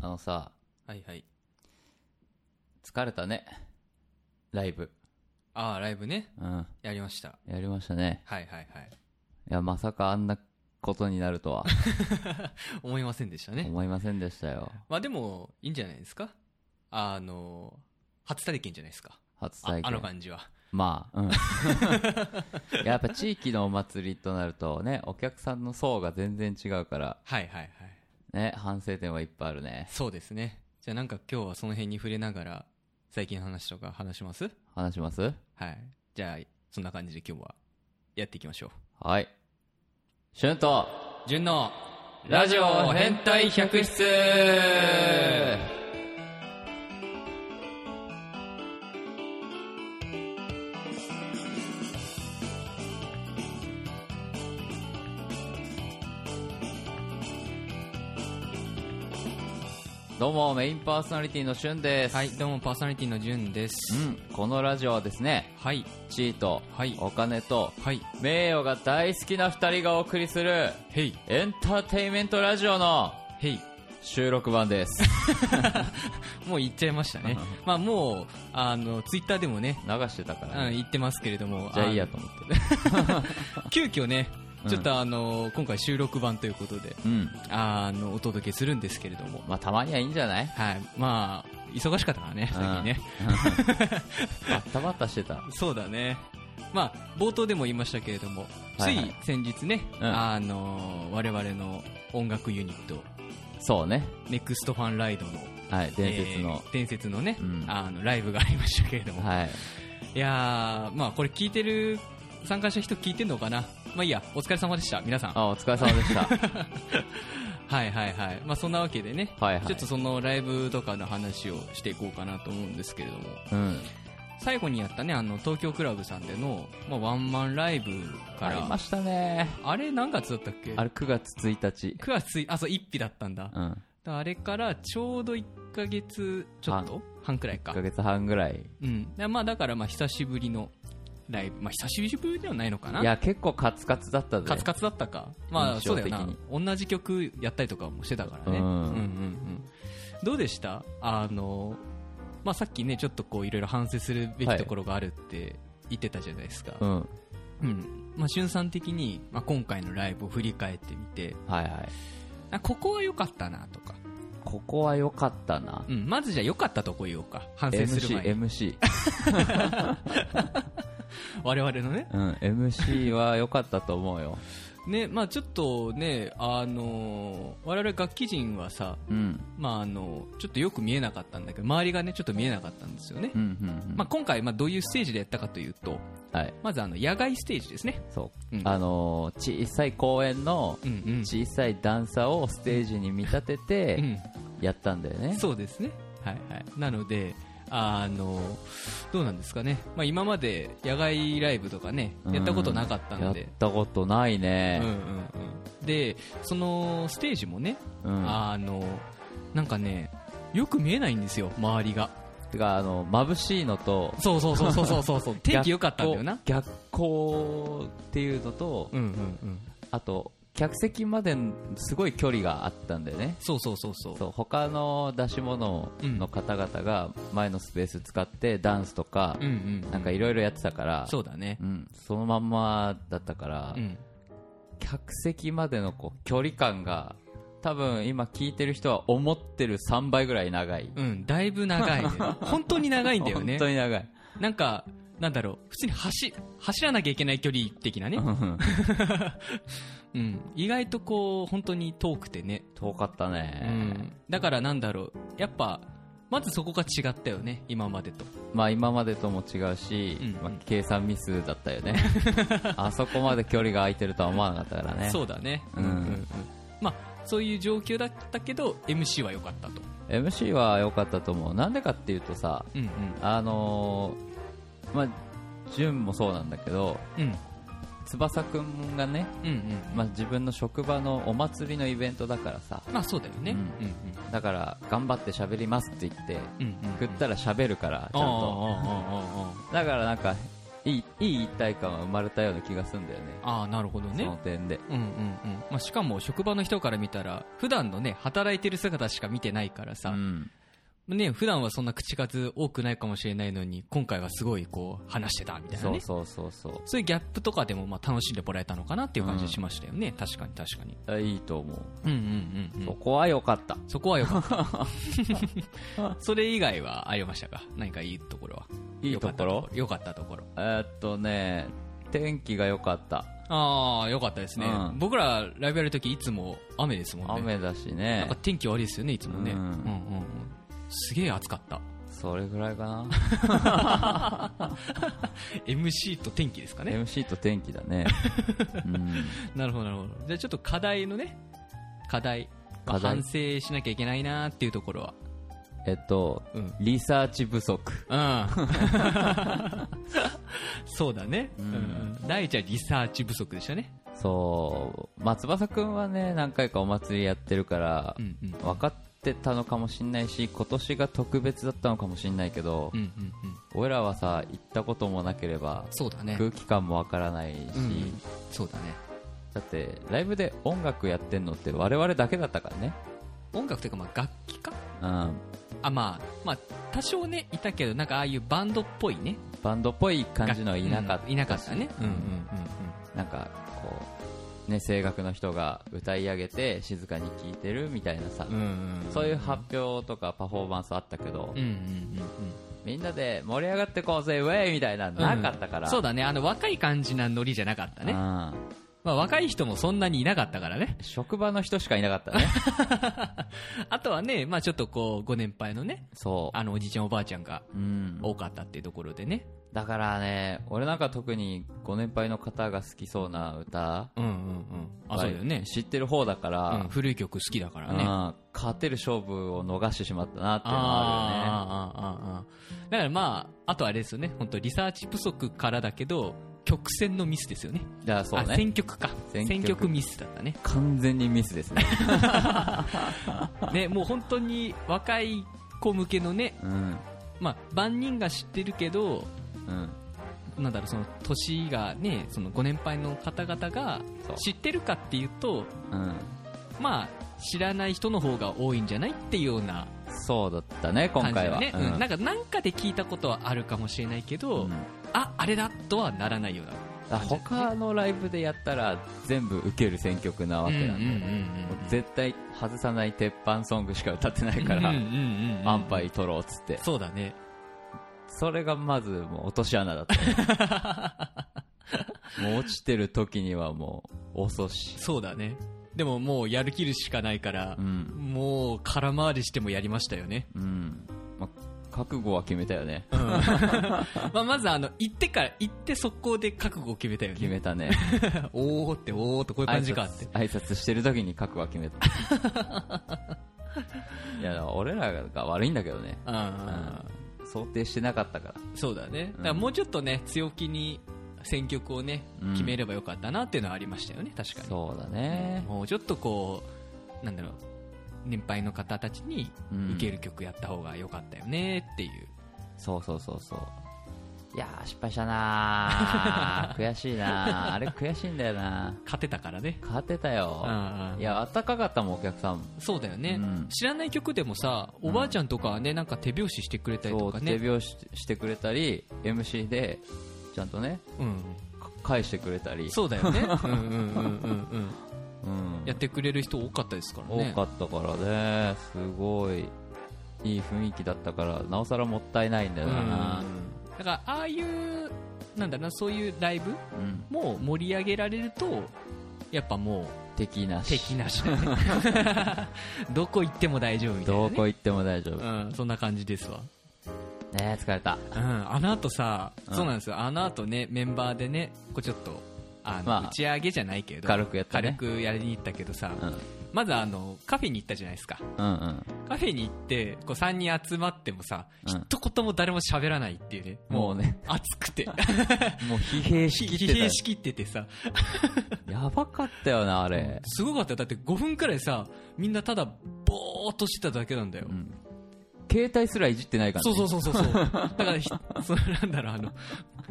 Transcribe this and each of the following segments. あのさ、はいはい。疲れたね。ライブ。ああ、ライブね。うん。やりました。やりましたね。はいはいはい。いや、まさかあんなことになる とは思いませんでしたね。思いませんでしたよ。まあでも、いいんじゃないですかあの、初体験じゃないですか。初あ体験。あの感じは。まあ、うん。いややっぱ地域のお祭りとなるとね、お客さんの層が全然違うから、はいはいはい。ね、反省点はいっぱいあるね。そうですね。じゃあなんか今日はその辺に触れながら、最近の話とか話します話しますはい。じゃあ、そんな感じで今日はやっていきましょはい。シュンと、う。純の、ラジオ変態百室どうも、メインパーソナリティのシュンです。はい、どうもパーソナリティの純です。うん、このラジオはですね、はい、地位と、はいお金と、はい、名誉が大好きな二人がお送りする、ヘイ、エンターテインメントラジオのヘイ。収録版です。もう言っちゃいましたね。まあもう、あの、ツイッターでもね、流してたかうら、ん、ね。言ってますけれども、じゃあいいやと思って。あの急遽ね、うんちょっとあの、今回収録版ということで、うん。あの、お届けするんですけれども、まあ、たまにはいいんじゃない はい、まあ、忙しかったからね、最近ね。バッタバッタしてた。そうだね。まあ、冒頭でも言いましたけれども、つはいはいい先日ね、うんあの、我々の音楽ユニット、そうね。ネクストファンライドの、はい、伝説のえ。ー伝説のね、うんあの、ライブがありましたけれども、はい。いやー、まあこれ聞いてる、参加した人聞いてんのかなまあいいや、お疲れ様でした、皆さん。はあ、お疲れ様で した。いはいはい。まあそんなわけでね、はいはい。ちょっとそのライブとかの話をしていこうかなと思うんですけれども、うん。最後にやったね、あの、東京クラブさんでの、まあワンマンライブかありまら、したね。あれ何月だったっけあれ9月1日。 ?9 月1、あ、そう、1日だったんだ。だかうん。らあれからちょうど1ヶ月ちょっと半くらい1かヶ。月半ぐらい。うん。だまあだからまあ久しぶりのライブ、まあ久しぶりではないのかないや、結構カツカツだったぜ。カツカツだったか、まあ印象そうだ的よにな同じ曲やったりとかもしてたからね、うんうんうんうんどうでしたあの、まあ、さっきねちょっとこういろいろ反省するべきはいところがあるって言ってたじゃないですか、うん。うんまあ、俊さん的に、まあ、今回のライブを振り返ってみてはいはい。あここは良かったなとか、ここは良かったなう。ん、まずじゃあ良かったとこ言おうか反省する MC、前に MC。我々のねうん、MC は良かったと思うよ。ね、まあ、ちょっとねあの我々楽器人はさうん。まあ、あのちょっとよく見えなかったんだけど周りがねちょっと見えなかったんですよね、うん、うん、うん。まあ、今回、まあ、どういうステージでやったかというとはい。まずあの野外ステージですね、そう。うんあのー小さい公園のうんうん小さい段差をステージに見立てうてんやったんだよね。そうですね、はいはい、なのであのどうなんですかね、まあ、今まで野外ライブとかねんやったことなかったのでやっ、たことないうんうんね。うん、でそのステージもね、うん。あのなんかねよく見えないんですよ周りがてか、あの、眩しいのと、そうそうそうそうそうそう そう天気良かったんだよな逆光っていうのとう、んうんうんあと、客席まですごい距離があったんだよね。そうそうそうそうそう他の出し物の方々が前のスペース使ってダンスとかう、んうんなんかいろいろやってたから、そうだねうん、そのまんまだったから、うん客席までのこう距離感が多分今聞いてる人は思ってる3倍ぐらい長い、うんだいぶ 長いね本当に長いんだよね本当に長い、なんかなんだろう普通に走走らなきゃいけない距離的なねう、んうん、意外とこう本当に遠くてね、 遠かったうね、ん、だからなんだろうやっぱまずそこが違ったよね今までとまあ今までとも違うし、うんまあ、計算ミスだったよ ねあそこまで距離が空いてるとは思わなかったからねそうだねうんまあそういう状況だったけど MC は良かったと MC は良かったと思うなんでかっていうとさうんあのーまあ潤もそうなんだけどうんうん翼くんがね、うんうんまあ、自分の職場のお祭りのイベントだからさまあそうだよねううんんだから頑張って喋りますって言ってうんうんうん振ったら喋るからちゃんあああとあああああだからなんかいいいい一体感は生まれたような気がするんだよねああなるほどねその点でうんうんうんまあ、しかも職場の人から見たら普段のね働いてる姿しか見てないからさ、うんね普段はそんな口数多くないかもしれないのに今回はすごいこう話してたみたいなそねうそうそうそうそういうギャップとかでもまあ楽しんでもらえたのかなっていう感じしましたよね、確かに確かにあいいと思う、うんうんうん、うそん、こは良かったそこは良かった それ以外はありましたか何かいいところはいいところ良かったところえーっとね天気が良かったああ良かったですね、うん僕らライブやるときいつも雨ですもんね雨だしなんねか天気悪いですよねいつもね、ううんんうんうん、すげえ暑かったそれぐらいか な MC と天気ですかね MC と天気だ ね、うん、なるほどなるほどじゃあちょっと課題のね課題まあ課題反省しなきゃいけないなっていうところはえっとうんリサーチ不足うん そうだね、うんうん、第一はリサーチ不足でしたねそう松葉くんはね何回かお祭りやってるから、うんうん分かってたのかもしんないし今年が特別だったのかもしんないけど、うんうんうん俺らはさ行ったこともなければそうだね空気感もわからないし、うんそうだねだってライブで音楽やってんのって我々だけだったからね音楽というかまあ楽器かうんあまあまあ多少ねいたけどなんかああいうバンドっぽいねバンドっぽい感じのいなかったし、うんいなかったねうんうんなんかこうね声楽の人が歌い上げて静かに聴いてるみたいなさ、うんうんうんうんそういう発表とかパフォーマンスあったけど、うんうんうんみんなで盛り上がってこうぜウェイみたいなうんのなかったから、そうだねあの若い感じなノリじゃなかったねうんまあ、若い人もそんなにいなかったからね 職場の人しかいなかったねあとはね、まあ、ちょっとこうご年配のねそうあのおじいちゃんおばあちゃんがうん、多かったっていうところでねだからね俺なんか特にご年配の方が好きそうな歌うんうんうんあそうだよね、知ってる方だから、うん、古い曲好きだからねうん勝てる勝負を逃してしまったなっていうのはああーあーあーあーだからまああとあれですよね本当リサーチ不足からだけど曲線のミスですよねるよね。じゃあそうあね。選曲か選曲選曲ミスだっ たね完全にミスですね。ねもう本当に若い子向けのねうん。まあ万人が知ってるけどうん。なんだろうその年がねそのご年配の方々がそう知ってるかっていうとうん。まあ知らない人の方が多いんじゃないっていうようなそうだったね、今感じだ回よは。ねうんなんかなんかで聞いたことはあるかもしれないけうど、んああれだとはならないようなあ他のライブでやったら全部受ける選曲なわけなんで、うんうんうんうんもう絶対外さない鉄板ソングしか歌ってないから、うんうんうんうん安牌取ろうっつって、そうだねそれがまずもう落とし穴だったね、もう落ちてる時にはもう遅し、そうだねでももうやる気るしかないからう、んもう空回りしてもやりましたよねうんまあ、覚悟は決めたよねまあまずあの行ってから行って速攻で覚悟を決めたよ決ねめたねおおっておおってこういう感じかって挨拶挨拶してる時に覚悟は決めた いや俺らが悪いんだけどねあ想定してなかったからーそうだねだからもうちょっとね強気に選曲をねうん決めればよかったなっていうのはありましたよね確かにそうだねもうちょっとこうなんだろう年配の方たちにうん受ける曲やった方が良かったよねっていう、そうそうそうそういやー失敗したなー悔しいなーあれ悔しいんだよな勝てたからね勝てたよああいや暖かかったもんお客さんそうだよね、うん知らない曲でもさおばあちゃんとかはねなんか手拍子してくれたりそとうか手ね拍子してくれたり MC でちゃんとねうんか返してくれたりそうだよねうんうんうんうんうんうんやってくれる人多かったですからね多かったからねすごいいい雰囲気だったからなおさらもったいないんだよなうんだからああいうなんだろうなそういうライブうん、も盛り上げられるとやっぱもう敵なし敵な しだねどこ行っても大丈夫みたいな、どね、こ行っても大丈夫、うん、そんな感じですわね疲れたうん、あの後さ、うんそうなんですよ、あの後ね、メンバーでね、こうちょっと、あの、まあ打ち上げじゃないけれど、軽くやった軽ねくやりに行ったけどさ、うんうんまずあの、カフェに行ったじゃないですか。うんカフェに行って、こう3人集まってもさ、うん一言も誰も喋らないっていうね、もう ね熱くて、もう疲弊しき疲ってた弊よしきっててさ、やばかったよなあれ、すごかったよ。だって5分くらいさ、みんなただ、ぼーっとしてただけなんだよ。うん、携帯すらいじってないから、そね、 うそうそうそうそう。だからひ、そのなんだろう、あの、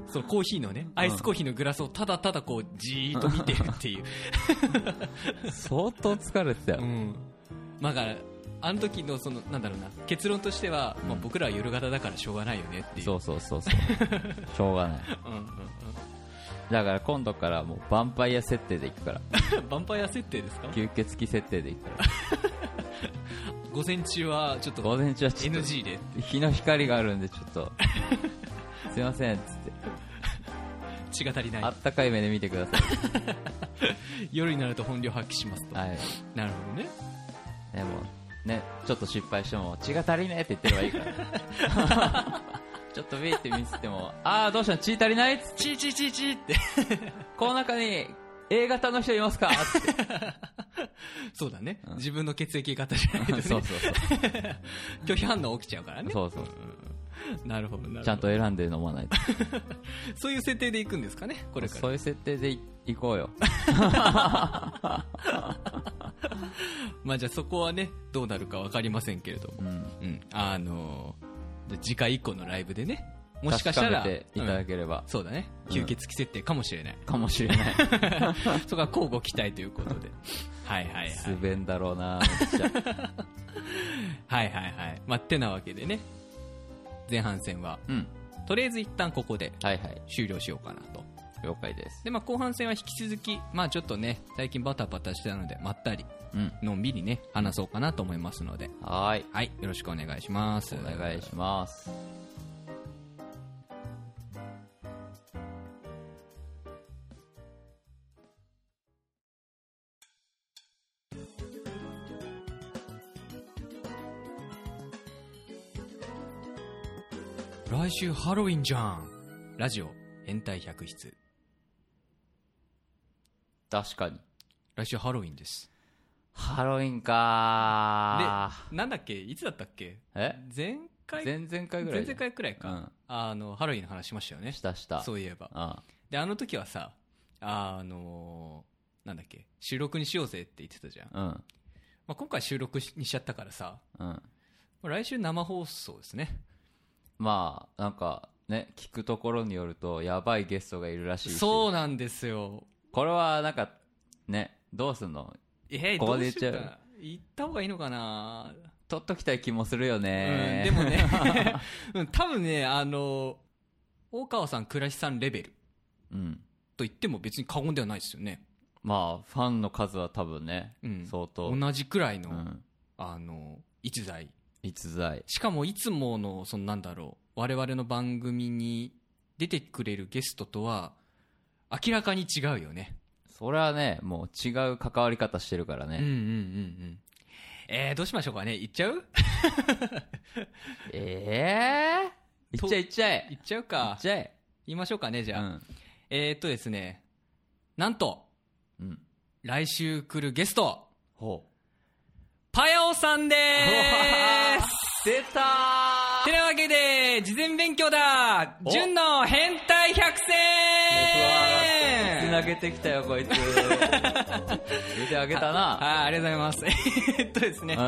そのコーヒーのねアイスコーヒーのグラスをただただこうじーっと見てるっ ていう、相当疲れてたよ、うん、まあだからあの時のそのなんだろうな結論としては、まあ、僕らは夜型だからしょうがないよねっていうそうそうそう そうしょうがないうんうんうん だから今度からもうヴァンパイア設定でいくからヴァンパイア設定ですか吸血鬼設定でいくから午前中はちょっと午前中はちょっと NG で日の光があるんでちょっ とすいませんっつって血が足りあないったかい目で見てくださ夜になると本領発揮しますと、い、はい、なるほどねでもねちょっと失敗しても血が足りねえって言ってればいいからね ちょっとビーって見せてもああどうしたの血足りないっつってチーチーチーチーってこの中に A 型の人い ますかっそうだね、自分の血液型じゃないとてね そうそうそう拒否反応起きちゃうからねそうそうなるほどなるほどちゃんと選んで飲まないとそういう設定でいくんですかねこれからそういう設定でいいこうよまあじゃあそこはねどうなるか分かりませんけれども、うんうん、あのーじゃあ次回以降のライブでねもしかしたら確めていただうんければ、そうだねうん吸血鬼設定かもしれない、かもしれないそこは交互期待ということではいはいはい 滑んだろうなめっちゃはいはいはいまあってなわけでね前半戦はうんとりあえず一旦ここではいはい終了しようかなと了解ですでまあ後半戦は引き続きまあちょっとね最近バタバタしてたのでまったりうんのんびりね話そうかなと思いますのではーいはいよろしくお願いしますお願いします来週ハロウィンじゃんラジオ変態百室確かに来週ハロウィンですハロウィンかでなんだっけいつだったっけえ前回前々回ぐらい前々回くらいか、うんあのハロウィンの話しましたよねしたしたそういえばあであの時はさあのなんだっけ収録にしようぜって言ってたじゃん、まうんあ、今回収録にしちゃったからさうんまあ来週生放送ですねまあなんかね聞くところによるとやばいゲストがいるらしいしそうなんですよこれはなんかねどうすんのえー、ここどで言うっしよちゃううかな行った方がいいのかな取っときたい気もするよね、うん、でもね、 うん、多分ね、あの、大川さん、倉石さんレベルと うん言っても別に過言ではないですよね。まあファンの数は多分ね、うん相当、同じくらいの、うん、あの、逸材。逸材しかもいつもの、そのなんだろう、我々の番組に出てくれるゲストとは、明らかに違うよね。それはねもう違う関わり方してるからうんうんね、うんうん。えー、どうしましょうかね行っちゃうええいとっちゃえいっちゃえ行っちゃういかっ。ちゃえ言いましょうかね、じうゃあ。ん、えー、っとですね、なんと、うん、来週来るゲスト、ほうパヤオさんでーす 出たーてなわけで、事前勉強だお純の変態百つな選げてきたよこ いつ腕上げたなはい、ありがとうございます。えっとですね、うんえ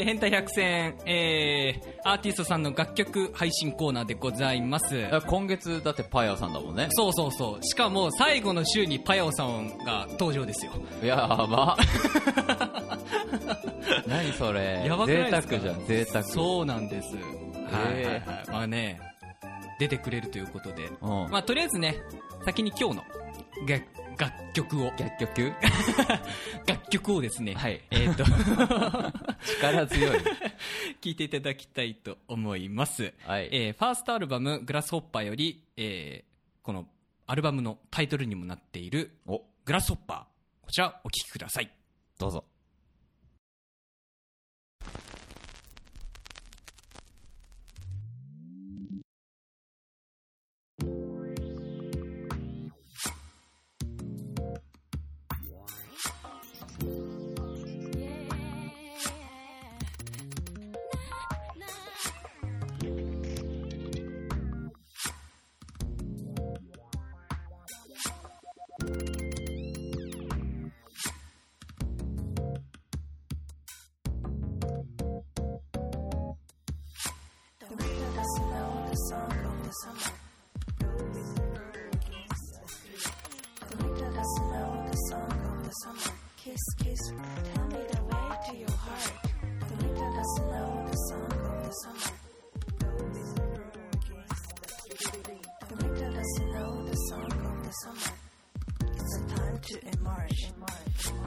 ー変態百選、えー、アーティストさんの楽曲配信コーナーでございます。今月だってパヤオさんだもんねそうそうそう。しかも、最後の週にパヤオさんが登場ですよ。や ば何それやばくないですか贅沢じゃん贅沢そうなんです。はいはいえーはい。まあね、出てくれるということで。うん、まあ、とりあえずね、先に今日のが楽曲を、逆曲 楽曲をですね、はいえっ、と、 力強い聞いていただきたいと思います。はいえーファーストアルバム、グラスホッパーより、えーこのアルバムのタイトルにもなっている、おグラスホッパー、こちらお聴きください。どうぞ「 please tell me the way to your heart. Don't let us know the song of the song. Don't let us know the song of the summer. It's a time to emerge. emerge.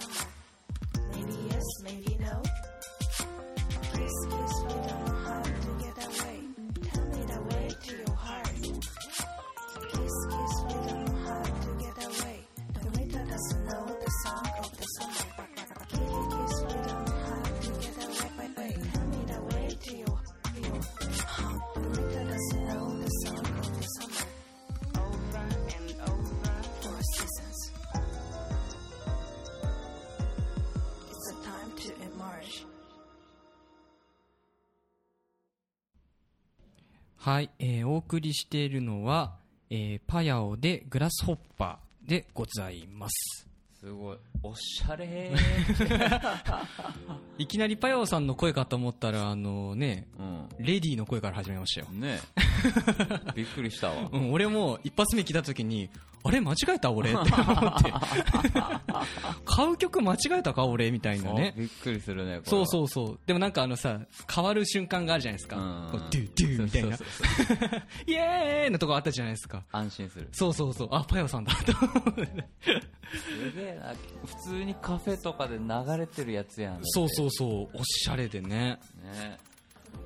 uh-huh. はい、えーお送りしているのは、えーパヤオでグラスホッパーでございます。すごい。おしゃ れいきなりパヤオさんの声かと思ったら、あのね、うん。レディーの声から始めましたよ。ねえ。びっくりしたわ。うん、俺も一発目来た時に、あれ間違えた俺って 思って。買う曲間違えたか俺みたいなねあ。びっくりするね、これそうはそうそう。でもなんかあのさ、変わる瞬間があるじゃないですか。うんこうドゥドゥみたいなそう。そうそうイエーイのとこあったじゃないですか。安心する。そうそうそう。あ、パヤ オさんだ。と思ってすげえな。普通にカフェとかで流れてるやつやん。。そうそううそう。おしゃれでね。ね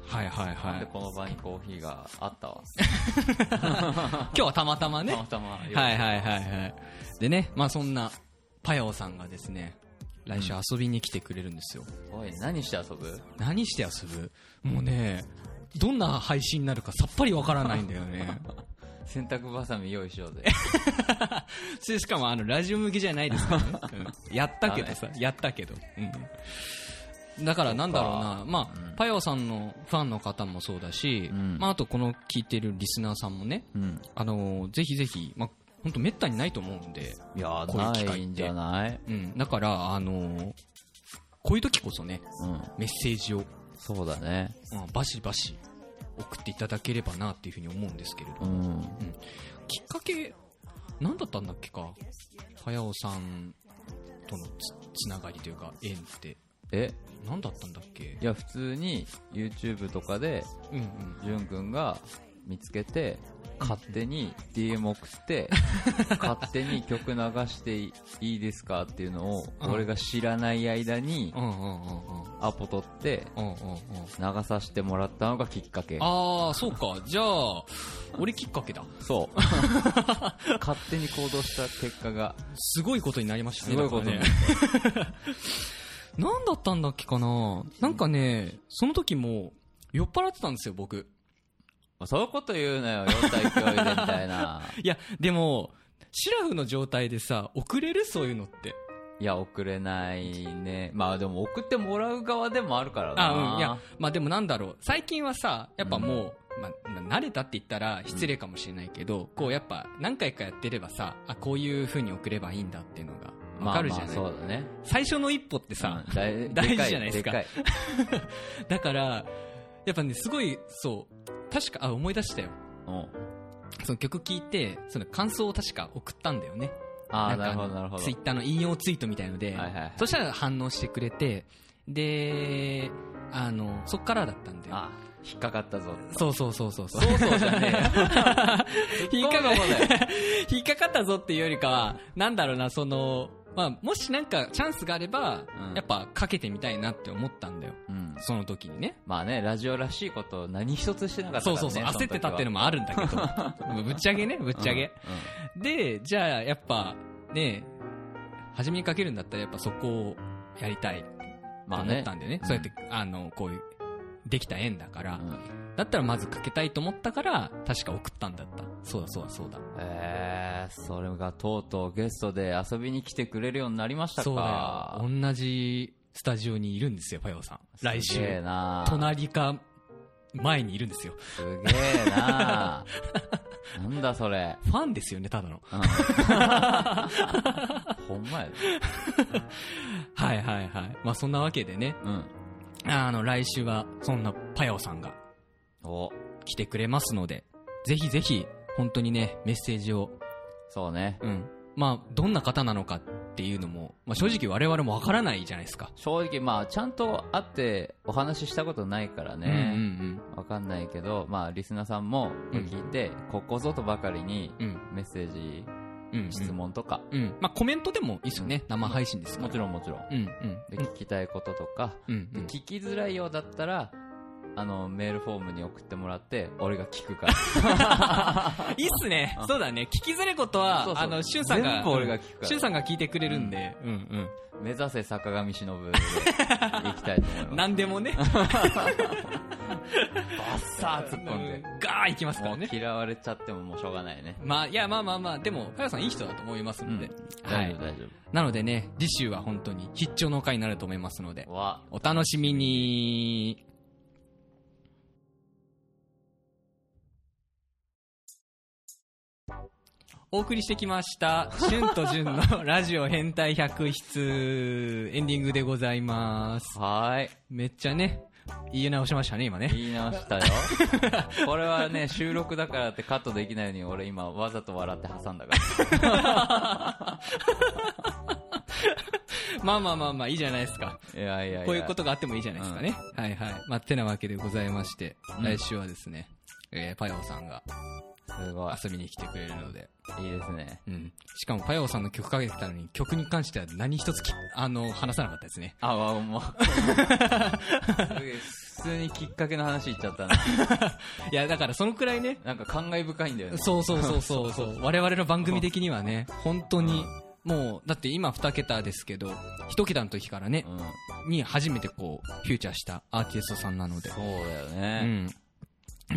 はいはいえ。なはんでい。この場にコーヒーがあったわ。今日はたまたまね。たまたま。はいはいはいはい。でね、まあそんな、パヤオさんがですね、来週遊びに来てくれるんですよ。おい、何して遊ぶ何して遊ぶもうね、どんな配信になるかさっぱりわからないんだ よね。洗濯バサミ用意しようぜ。それしかもあの、ラジオ向きじゃないですからね。 うんやったけどさ、やったけど。うん。だからなんだろうな、まあ、パヤオさんのファンの方もそうだし、うんまああとこの聞いてるリスナーさんもね、うん。あのぜひぜひ、まあ、ほんとめったにないと思うんで、いやこういう機ー、会っなていんじゃないうん、だから、あのーこういう時こそね、うん。メッセージを、そうだね。まあバシバシ送っていただければなっていうふうに思うんですけれど、うん。きっかけ、何だったんだっけか、早尾さんとのつつながりというか、縁って、え何だったんだっけいや、普通に YouTube とかで、うんうん。じゅんくんが見つけて、勝手に DM 送 って、勝手に曲流していいですかっていうのを、うん俺が知らない間にう、んうんうんうん。アポ取って、うんうんうん。流させてもらったのがきっかけ。ああ、そうか。じゃあ、俺きっかけだ。 そう。勝手に行動した結果が、すごいことになりましたね。すごいことだにからね。 何だったんだっけかななんかね、その時も酔っ払ってたんですよ、僕。そういうこと言うなよ、4対勢いでみたいな。いや、でも、シラフの状態でさ、遅れるそういうのって。いや、送れないね。まあでも送ってもらう側でもあるからな。あ、うん。いや、まあでもなんだろう。最近はさ、やっぱもう、まあ、な慣れたって言ったら失礼かもしれないけど、こうやっぱ何回かやってればさ、あ、こういう風に送ればいいんだっていうのがわかるじゃない、まあまあそうだね。最初の一歩ってさ、うんだい大事でかじゃないですかでかい。だから、やっぱね、すごい、そう、確か、あ、思い出したよ。うんその曲聴いて、その感想を確か送ったんだよね。ああ、んかなるほあど、のなるほど。ツイッターの引用ツイートみたいのはで、いはいはいそしたら反応してくれて、で、あの、そっからだったんだよ。あ、引っかかったぞ。そうそうそうそう。そうそうそうじゃ ねえよ。引っかかっそうだよ。 引っかかったぞっていうよりかは、なんだろうな、その、まあ、もしなんかチャンスがあれば、うんやっぱかけてみたいなって思ったんだよ。うん。その時にね。まあね、ラジオらしいことを何一つしてなかったからそうね。そうそう、焦ってたっていうのももあるんだ けど。ぶっちゃけね、ぶっちゃけ。うで、じゃあ、やっぱ、ね、初めにかけるんだったら、やっぱそこをやりたいんとまあ思ねった。んでね。うんそうやって、あの、こういう、できた縁だから、うんだったらまずかけたいと思ったから、確か送ったんだった。そうだそうだそうだ。えー、それがとうとうゲストで遊びに来てくれるようになりましたか。そうだよ。同じスタジオにいるんですよ、パヨさん。来すげえ週。な隣か、前にいるんですよ。すげえ ななんだそれ。ファンですよね、ただの。 ほんまやで。はいはいはい。まあそんなわけでね、うん。あの、来週はそんなパヨさんがお、来てくれますので、ぜひぜひ、本当にね、メッセージを、そうね。うん。まあ、どんな方なのかっていうのも、まあ正直我々もわからないじゃないですか。正直、まあ、ちゃんと会ってお話ししたことないからうんうんね。わかんないけど、まあ、リスナーさんもこれ聞いて、ここぞとばかりにうん。メッセージ、うん。うん。質。問とか、うん。まあコメントでもいいですよね。うん生配信ですから。もちろんもちろん。うんで、聞きたいこととか、うん。うん、うでん。聞きづらいようだったら、あの、メールフォームに送ってもらって、俺が聞くから。いいっすね。そうだね。聞きづらいことは、そうそうあの、しゅんさんが、全部俺が聞くからしゅんさんが聞いてくれるんで、 うんうん。目指せ坂上忍 で行きたいと思います。何でもね、バッサー突っ込んで。ガーいきますかもらうね。嫌われちゃってももうしょうがないね。まあ、いや、まあまあまあ、でも、かよさんいい人だと思いますうのんで。。は大丈い夫、。大丈なのでね、次週は本当に必聴の回になると思いますので夫。、わ、お楽しみに。お送りしてきました、しゅんとじゅんのラジオ変態百室、エンディングでございます。はーい。めっちゃね、言い直しましたね、今ね。言い直したよ。 これはね、収録だからってカットできないように俺今わざと笑って挟んだから。まあまあまあまあ、いいじゃないですか。いやいやいや。こういうことがあってもいいじゃないですかね。はいはい。まあ、てなわけでございまして、うん来週はですね、えーパヨさんがすご遊びに来てくれるので、い。いいですね。うん。しかも、パヨさんの曲かけてたのに、曲に関しては何一つき、あの、話さなかったですね。あ、わ、もう。すげえ普通にきっかけの話言っちゃったな。 いや、だからそのくらいね、なんか感慨深いんだよね。そうそうそうそうそう、我々の番組的にはね、本当に、もう、だって今2桁ですけど、1桁の時からねう、ん。に初めてこう、フューチャーしたアーティストさんなのでそ、うだようね。ん。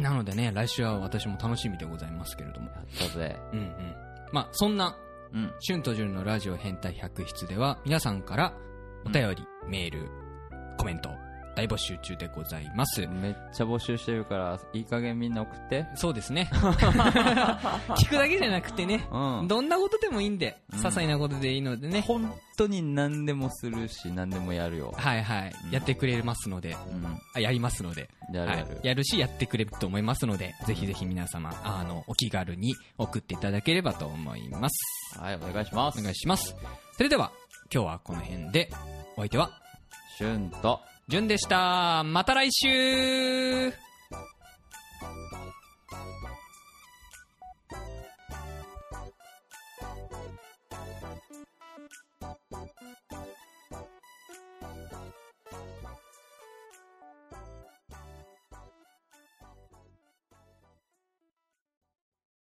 なのでね、来週は私も楽しみでございますけれども。やったぜ。うんうん。まあ、そんな、うん。春と潤のラジオ変態百室では、皆さんからお便り、メール、コメント、大募集中でございます。めっちゃ募集してるから、いい加減みんな送って。そうで すね。聞くだけじゃなくてね、うん。どんなことでもいいんで、うん些細なことでいいのでね、本当に何でもするし、何でもやるよ。はいはい、うんやってくれますので、うん。あやりますので、やるやはいる。やるし、やってくれると思いますので、ぜひぜひ皆様、あの、お気軽に送っていただければと思います。はい、お願いします。お願いします。それでは、今日はこの辺で、お相手は、シュンと。じゅんでした。また来週